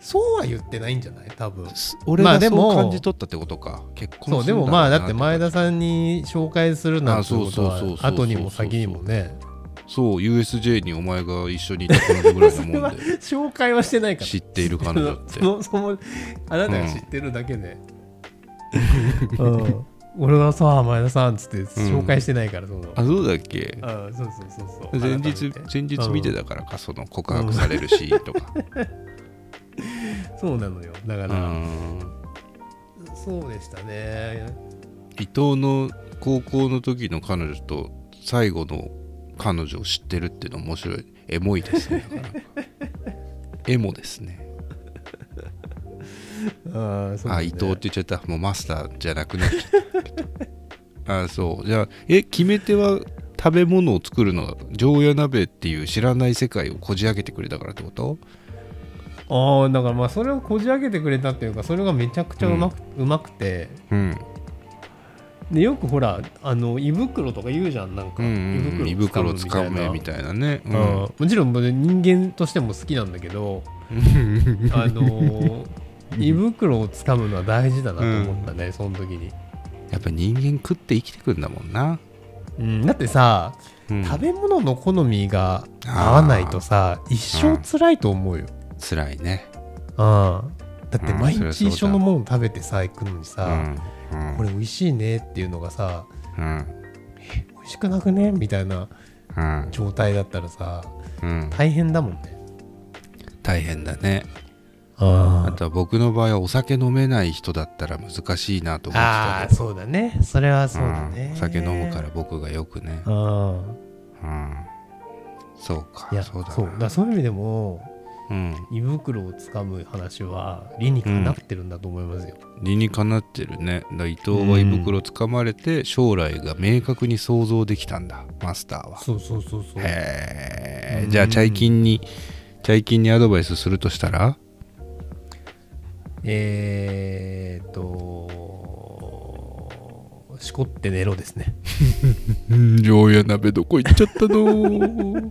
そうは言ってないんじゃない多分す俺まがあでそもう感じ取ったってことか結婚そうするでんもまあろだうなって前田さんに紹介するなんてこあそうとそうはそうそう後にも先にもねそう USJ にお前が一緒にいた彼女ぐらいのもんで 紹介はしてないから知っている彼女って そのそのあなたが知ってるだけで、うん、 俺がさ前田さんっつって紹介してないから、そのあそうだっけあそうそうそうそう前日改めて前日見てたからかその告白されるシーンとかうんそうなのよだかうら、んそうでしたね伊藤の高校の時の彼女と最後の彼女を知ってるっていうの面白いエモいですねなかなか エモですねあそうだねあ伊藤って言っちゃったもうマスターじゃなくなっちゃった あそうじゃあえ決め手は食べ物を作るのは常夜鍋っていう知らない世界をこじ開けてくれたからってことああだからまあそれをこじ開けてくれたっていうかそれがめちゃくちゃうまく,、うまくてうんでよくほらあの胃袋とか言うじゃんなんか、うんうんうん胃袋ををつかめみいたいなねな、うんもちろん僕人間としても好きなんだ けどうんあのー胃袋をつかむのは大事だなと思ったね、その時に、やっぱ人間食って生きてくんだもんな、うん、だってさ、うん、食べ物の好みが合わないとさ一生辛いと思うよ、辛いねうん、だって毎うんそ日りゃ一そ緒うだのもの食べてさ行くのにさ、うんうんこれ美味しいねっていうのがさうん美味しくなくねみたいなうん状態だったらさうん大変だもんね大変だねああとは僕の場合はお酒飲めない人だったら難しいなと思ってたあーけどそうだねそれはそうだうねん、お酒飲むから僕がよくね、うんうん、そうかいやそうだなそうだからそういう意味でもうん、胃袋をつかむ話は理にかなってるんだと思いますよ。理にかなってるねだから伊藤は胃袋つかまれて将来が明確に想像できたんだマスターはそうそうそうそう。へえうんじゃあチャイキンにチャイキンにアドバイスするとしたらえーっと、しこって寝ろですね。うん常夜鍋どこ行っちゃった の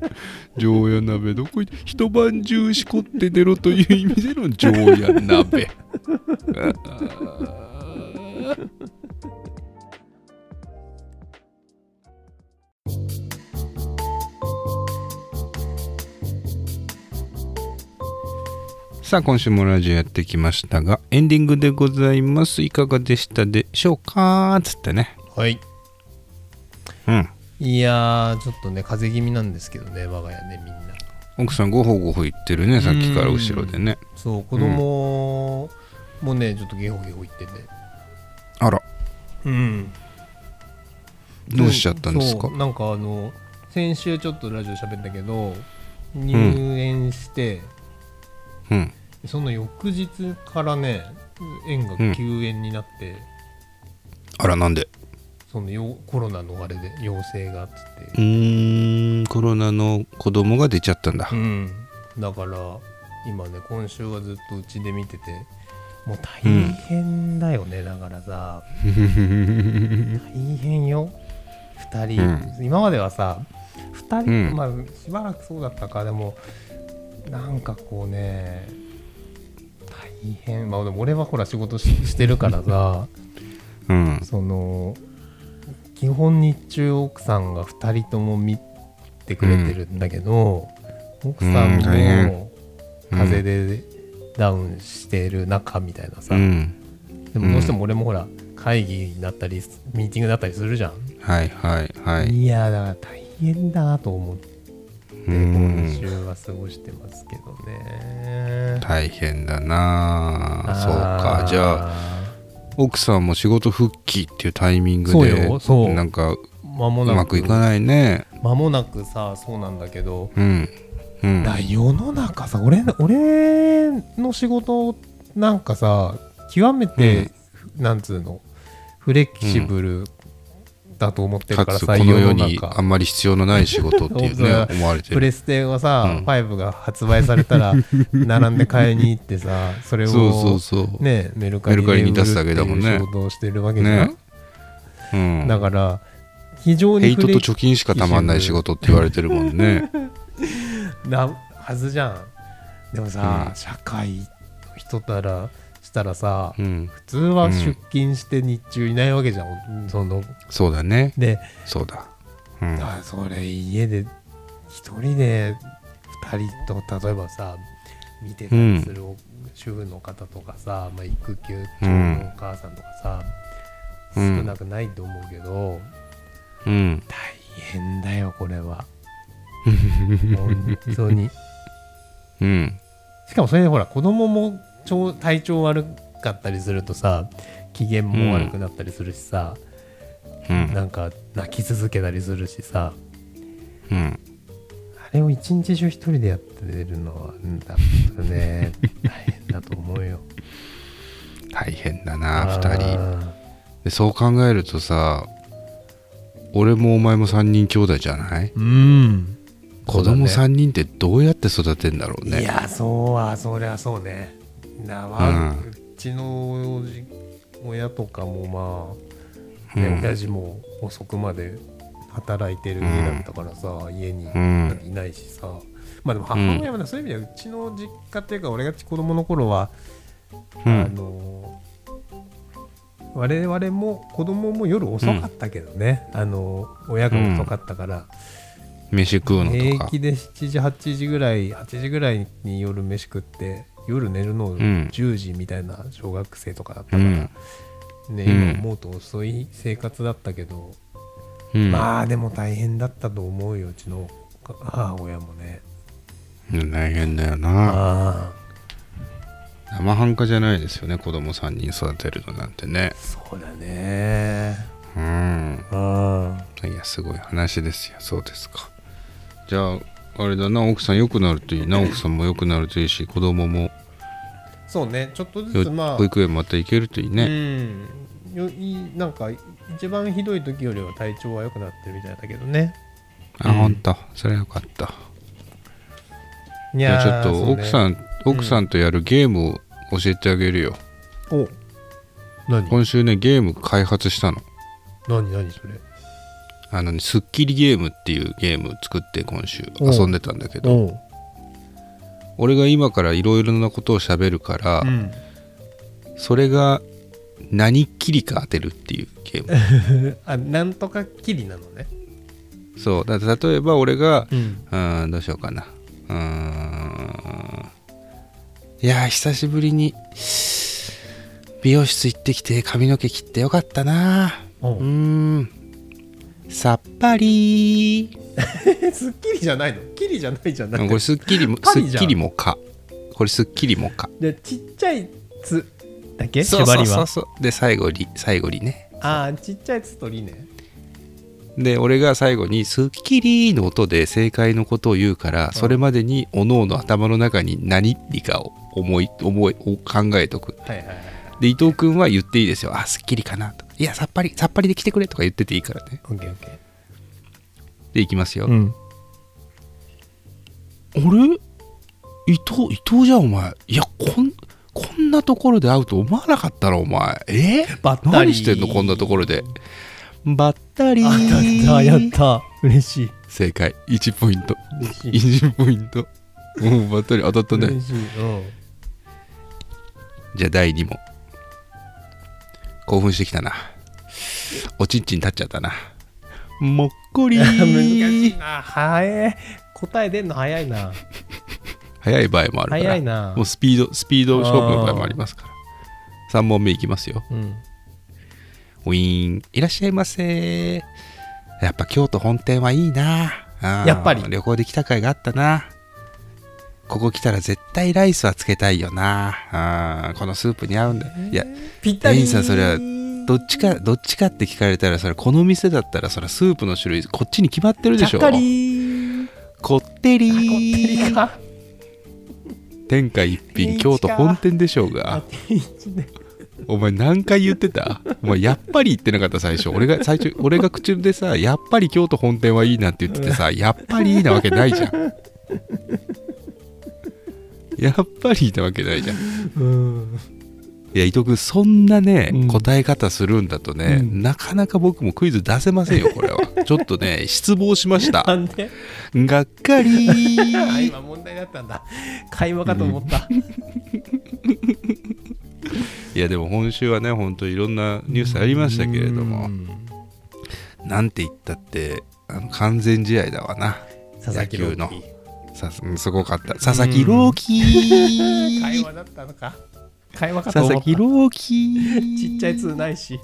常夜鍋どこ行っ一晩中しこって寝ろという意味での常夜鍋 さあ今週もラジオやってきましたがエンディングでございますいかがでしたでしょうかつってねはい。うんいやー、ちょっとね、風邪気味なんですけどね、我が家ね、みんな。奥さんごほごほ言ってるねさっきから後ろでねそう、子供もね、ちょっとゲホゲホ言ってて。あらうん。どうしちゃったんですかそうなんかあの、先週ちょっとラジオ喋ったけど、入園して、うんその翌日からね園が休園になって、あらなんでそのよコロナのあれで陽性がっつって、うーんコロナの子供が出ちゃったんだうんだから今ね今週はずっとうちで見ててもう大変だよね、だからさ大変よ2人、今まではさ2人、うんまあしばらくそうだったかでもなんかこうね大変まあでも俺はほら仕事ししてるか らさうんその基本日中奥さんが2人とも見てくれてるんだけど、奥さんうん大変も風邪でダウンしてる中みたいなさ、うんでもどうしても俺もほら会議になったりミーティングだったりするじゃん、はいはいはいいやだから大変だなと思ってうん今週は過ごしてますけどね大変だなあそうかじゃああ奥さんも仕事復帰っていうタイミングそうでよそうなんかうー間もなまくくいかないね間もなくさそうなんだけど、うんうんだ世の中さ俺俺の仕事なんかさ極めて、なんつうのフレキシブルだと思ってるかからつさ、この世に世のあんまり必要のない仕事っていうそうね思われてプるレステがさ、うん5が発売され たら並んで買いに行ってさそれをそうそうそうねメルカリメルカリにで売る出ってすだけだもんねいう仕事をしてるわけじゃん、ねうん、だから非常ヘにイトと貯金しかたまんない仕事って言われてるもんねなはずじゃんでもさ、うん社会の人たらしたらさ、 うん普通は出勤して日中いないわけじゃん、そのそうだねで、そうだうんあそれ家で一人で二人と例えばさ見てたりする主婦の方とかさ、まあ、育休中のお母さんとかさ、うん少なくないと思うけど、うん大変だよこれは本当にうんしかもそれでほら子供も超体調悪かったりするとさ機嫌も悪くなったりするしさ、うんなんか泣き続けたりするしさうんあれを一日中一人でやってるのはうんだからね大変だと思うよ大変だな2人 あでそう考えるとさ俺もお前も3人兄弟じゃないーうん子そうだね供3人ってどうやって育てんだろういねやそうはそりゃそうねなわ、うちのおじ親とかもまあ、ねうん親父も遅くまで働いてる家だったからさ、家にうんいないしさ、まあでも母親はね、そういう意味ではうちの実家っていうか俺が子供の頃は、うあんの我々も子供も夜遅かったけどね、あの親が遅かったから、飯食うのと平か気で7時8時ぐらい8時ぐらいに夜飯食って夜寝るのん10時みたいな小学生とかだったうから、んねうん今思うと遅い生活だったけど、うんまあでも大変だったと思うようちの母親もね大変だよなああ生半可じゃないですよね子供3人育てるのなんてねそうだねうんうんいやすごい話ですよそうですかじゃああれだな奥さん良くなる といいな奥さんも良くなるといいし子供もそうねちょっとずよつまあ保育園また行けるといいねうんよいいなんか一番ひどい時よりは体調は良くなってるみたいだけどねあうんほんとそれはよかったいじゃあちょっと奥んさん奥さんとやるゲームを教えてあげるよお何今週ねゲーム開発したの何何それあのねスッキリゲームっていうゲーム作って今週おう遊んでたんだけどおう俺が今からいろいろなことを喋るから、ん、それが何っきりか当てるっていうゲー ムあなんとかきりなのね、そうだから例えば俺がうん、うーんどうしようかなうーんいやー久しぶりに美容室行ってきて髪の毛切ってよかったなおうーんさっぱりーえすっきりじゃないのきりじゃないじゃんだってこれすっきりも パすリっじゃんきりもかこれすっきりもかでちっちゃい「つ」だけそう縛そりうそはうそうで最後り最後にねああちっちゃい「つ」と「り」ねで俺が最後に「スッキリ」の音で正解のことを言うから、それまでにおのおの頭の中に何理かを思い思いを考えとくはいはいはいで伊藤君は言っていいですよ「あすっきりかな」とか「いやさっぱりさっぱりで来てくれ」とか言ってていいからねオッケーオッケーでいきますよ、んあれ伊藤伊藤じゃんお前いやこんこんなところで会うと思わなかったろお前えばったり何してんのこんなところでばった りあやったやった嬉しい正解1ポイント嬉しい1ポイントうんばったり当たったね嬉しいうんじゃあ第2問興奮してきたなおちんちん立っちゃったなもっこ り難しいな早い答え出んの早いな早い場合もあるから早いなもうスピードスピード勝負の場合もありますから3問目いきますようんウィーンいらっしゃいませやっぱ京都本店はいいなあーやっぱり旅行で来た甲斐があったなここ来たら絶対ライスはつけたいよなあーこのスープに合うんだいやぴったりレインさんそれはどっちかどっちかって聞かれたらそれこの店だったらそれスープの種類こっちに決まってるでしょちゃっかりこってりあこってりか天下一いい品か京都本店でしょうあが天一ねお前何回言ってたお前やっぱり言ってなかった最初俺が最初俺が口でさやっぱり京都本店はいいなって言っててさやっぱりいいなわけないじゃんやっぱりいいなわけないじゃんうんいや伊藤君そんなね、うん答え方するんだとね、うんなかなか僕もクイズ出せま せんよこれはちょっとね失望しましたなんでがっかりあ今問題だったんだ会話かと思った、いやでも今週はね本当いろんなニュースありましたけれども、うんなんて言ったってあの完全試合だわな佐々木朗野球希さうんすごかった佐々木朗希会話だったのか会話か佐と思々った木朗希ちっちゃい通ないし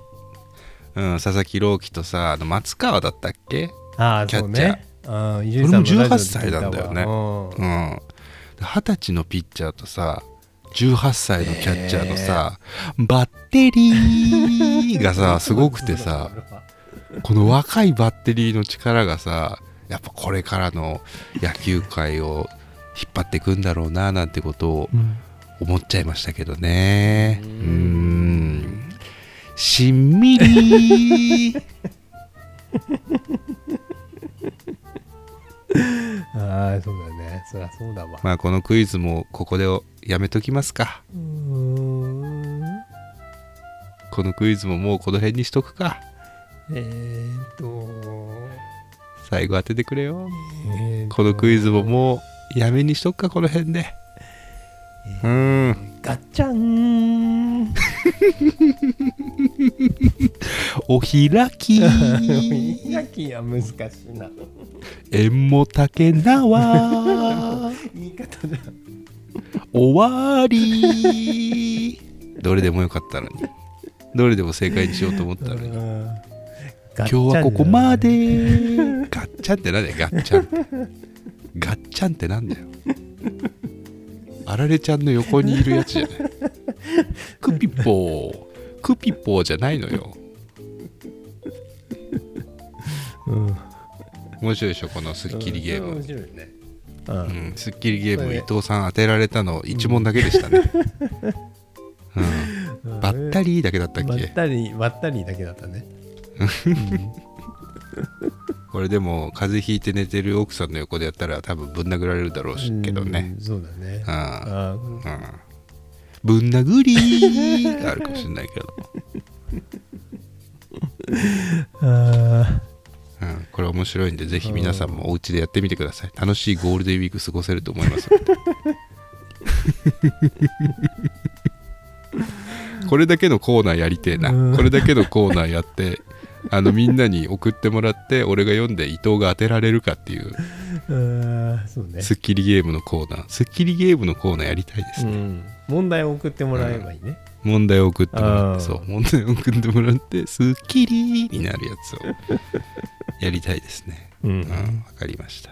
うん、佐々木朗希とさあの松川だったっけああキャそうッチャーねうん伊集院さん俺ものラジ18オで歳なんだよね聞いたわうん二十歳のピッチャーとさ18歳のキャッチャーのさ、バッテリーがさすごくてさこの若いバッテリーの力がさやっぱこれからの野球界を引っ張っていくんだろうななんてことをうん思っちゃいましたけどねうーんしんみり ああそうだよねそりゃそうだわまあこのクイズもここでやめときますかうーんこのクイズももうこの辺にしとくかえーっと最後当ててくれよえーっとこのクイズももうやめにしとくかこの辺でうーんガッチャ ンお開き開きは難しいな縁も竹縄言い方じゃん終わりどれでもよかったのにどれでも正解にしようと思ったのにガッチャン今日はここま でガッチャンってなんだよガッチャンってガッチャンってなんだよあられちゃんの横にいるやつじゃないクピポークピポーじゃないのようん面白いでしょこのスッキリゲー面ム、白いねうんうん、スッキリゲーこムれ伊藤さん当てられたの1問だけでしたね、うん、ばったりだけだったっまっけたりまったりだけだったねこれでも風邪ひいて寝てる奥さんの横でやったら多分ぶん殴られるだろうしけどねうんそうだねうんあーうんぶん殴りーがあるかもしれないけど、あうん、これ面白いんでぜひ皆さんもお家でやってみてください楽しいゴールデンウィーク過ごせると思います のでこれだけのコーナーやりてえなうんこれだけのコーナーやってあのみんなに送ってもらって俺が読んで伊藤が当てられるかっていうーあーそうねスッキリゲームのコーナースッキリゲームのコーナーやりたいですうね、ん問題を送ってもらえばいいね問題を送ってもらっあーてそう問題を送ってもらってスッキリになるやつを やりたいですねううんわ、かりました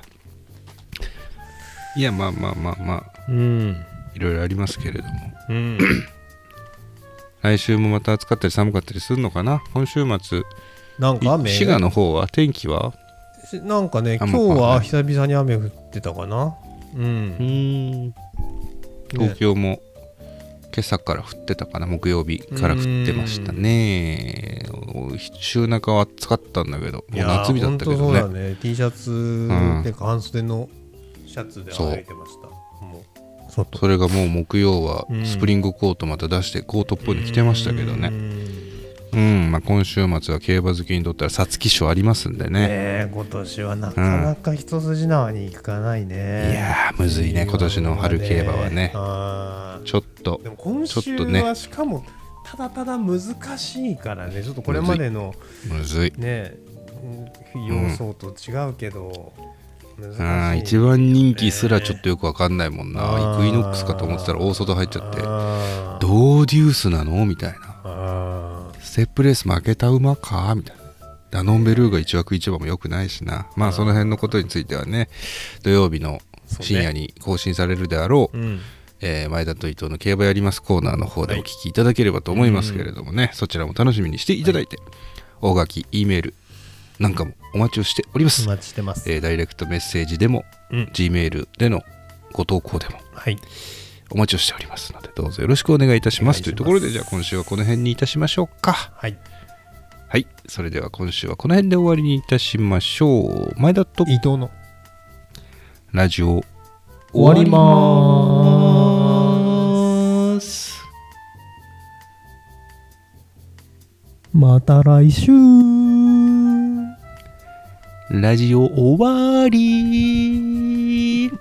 いやまあまあまあまあうんいろいろありますけれども うん来週もまた暑かったり寒かったりするのかな今週末なんかい雨滋賀の方は天気はしなんかねあ今ん日まは久々に雨降ってたかなうんん東京も今朝から降ってたかな木曜日から降ってましたねお週中は暑かったんだけどもう夏日だったけどねいやーほんとそうだね T シャツんで半袖のシャツで歩いてましたもう外それがもう木曜はうんスプリングコートまた出してコートっぽいの着てましたけどねねうん、まあ、今週末は競馬好きにとったら皐月賞ありますんでね、え今年はなかなか一筋縄にいかないねいやーむずいね今年の春競馬はねあーちょっとでも今ちょっ週とねはしかもただただ難しいからねちょっとこれまでのむずいねうんうん要素と違うけどあ難ーしい一番人気すらちょっとよくわかんないもんなあイークイノックスかと思ってたら大外入っちゃってあードーデュースなのみたいなあステップレース負けた馬かみたいなダノンベルーが1枠1番もよくないしなまあその辺のことについてはね土曜日の深夜に更新されるであろうーうんえー前田と伊藤の競馬やりますコーナーの方でお聞きいただければと思いますけれどもね、そちらも楽しみにしていただいて、大垣 E メールなんかもお待ちをしておりまおす、待ちしてます。えーダイレクトメッセージでも、うん。 G メールでのご投稿でもはい。お待ちをしておりますのでどうぞよろしくお願いいたしますお願いしますというところでじゃあ今週はこの辺にいたしましょうかはい。はいそれでは今週はこの辺で終わりにいたしましょう前田と伊藤のラジオ終わりまーす。すまた来週ラジオ終わり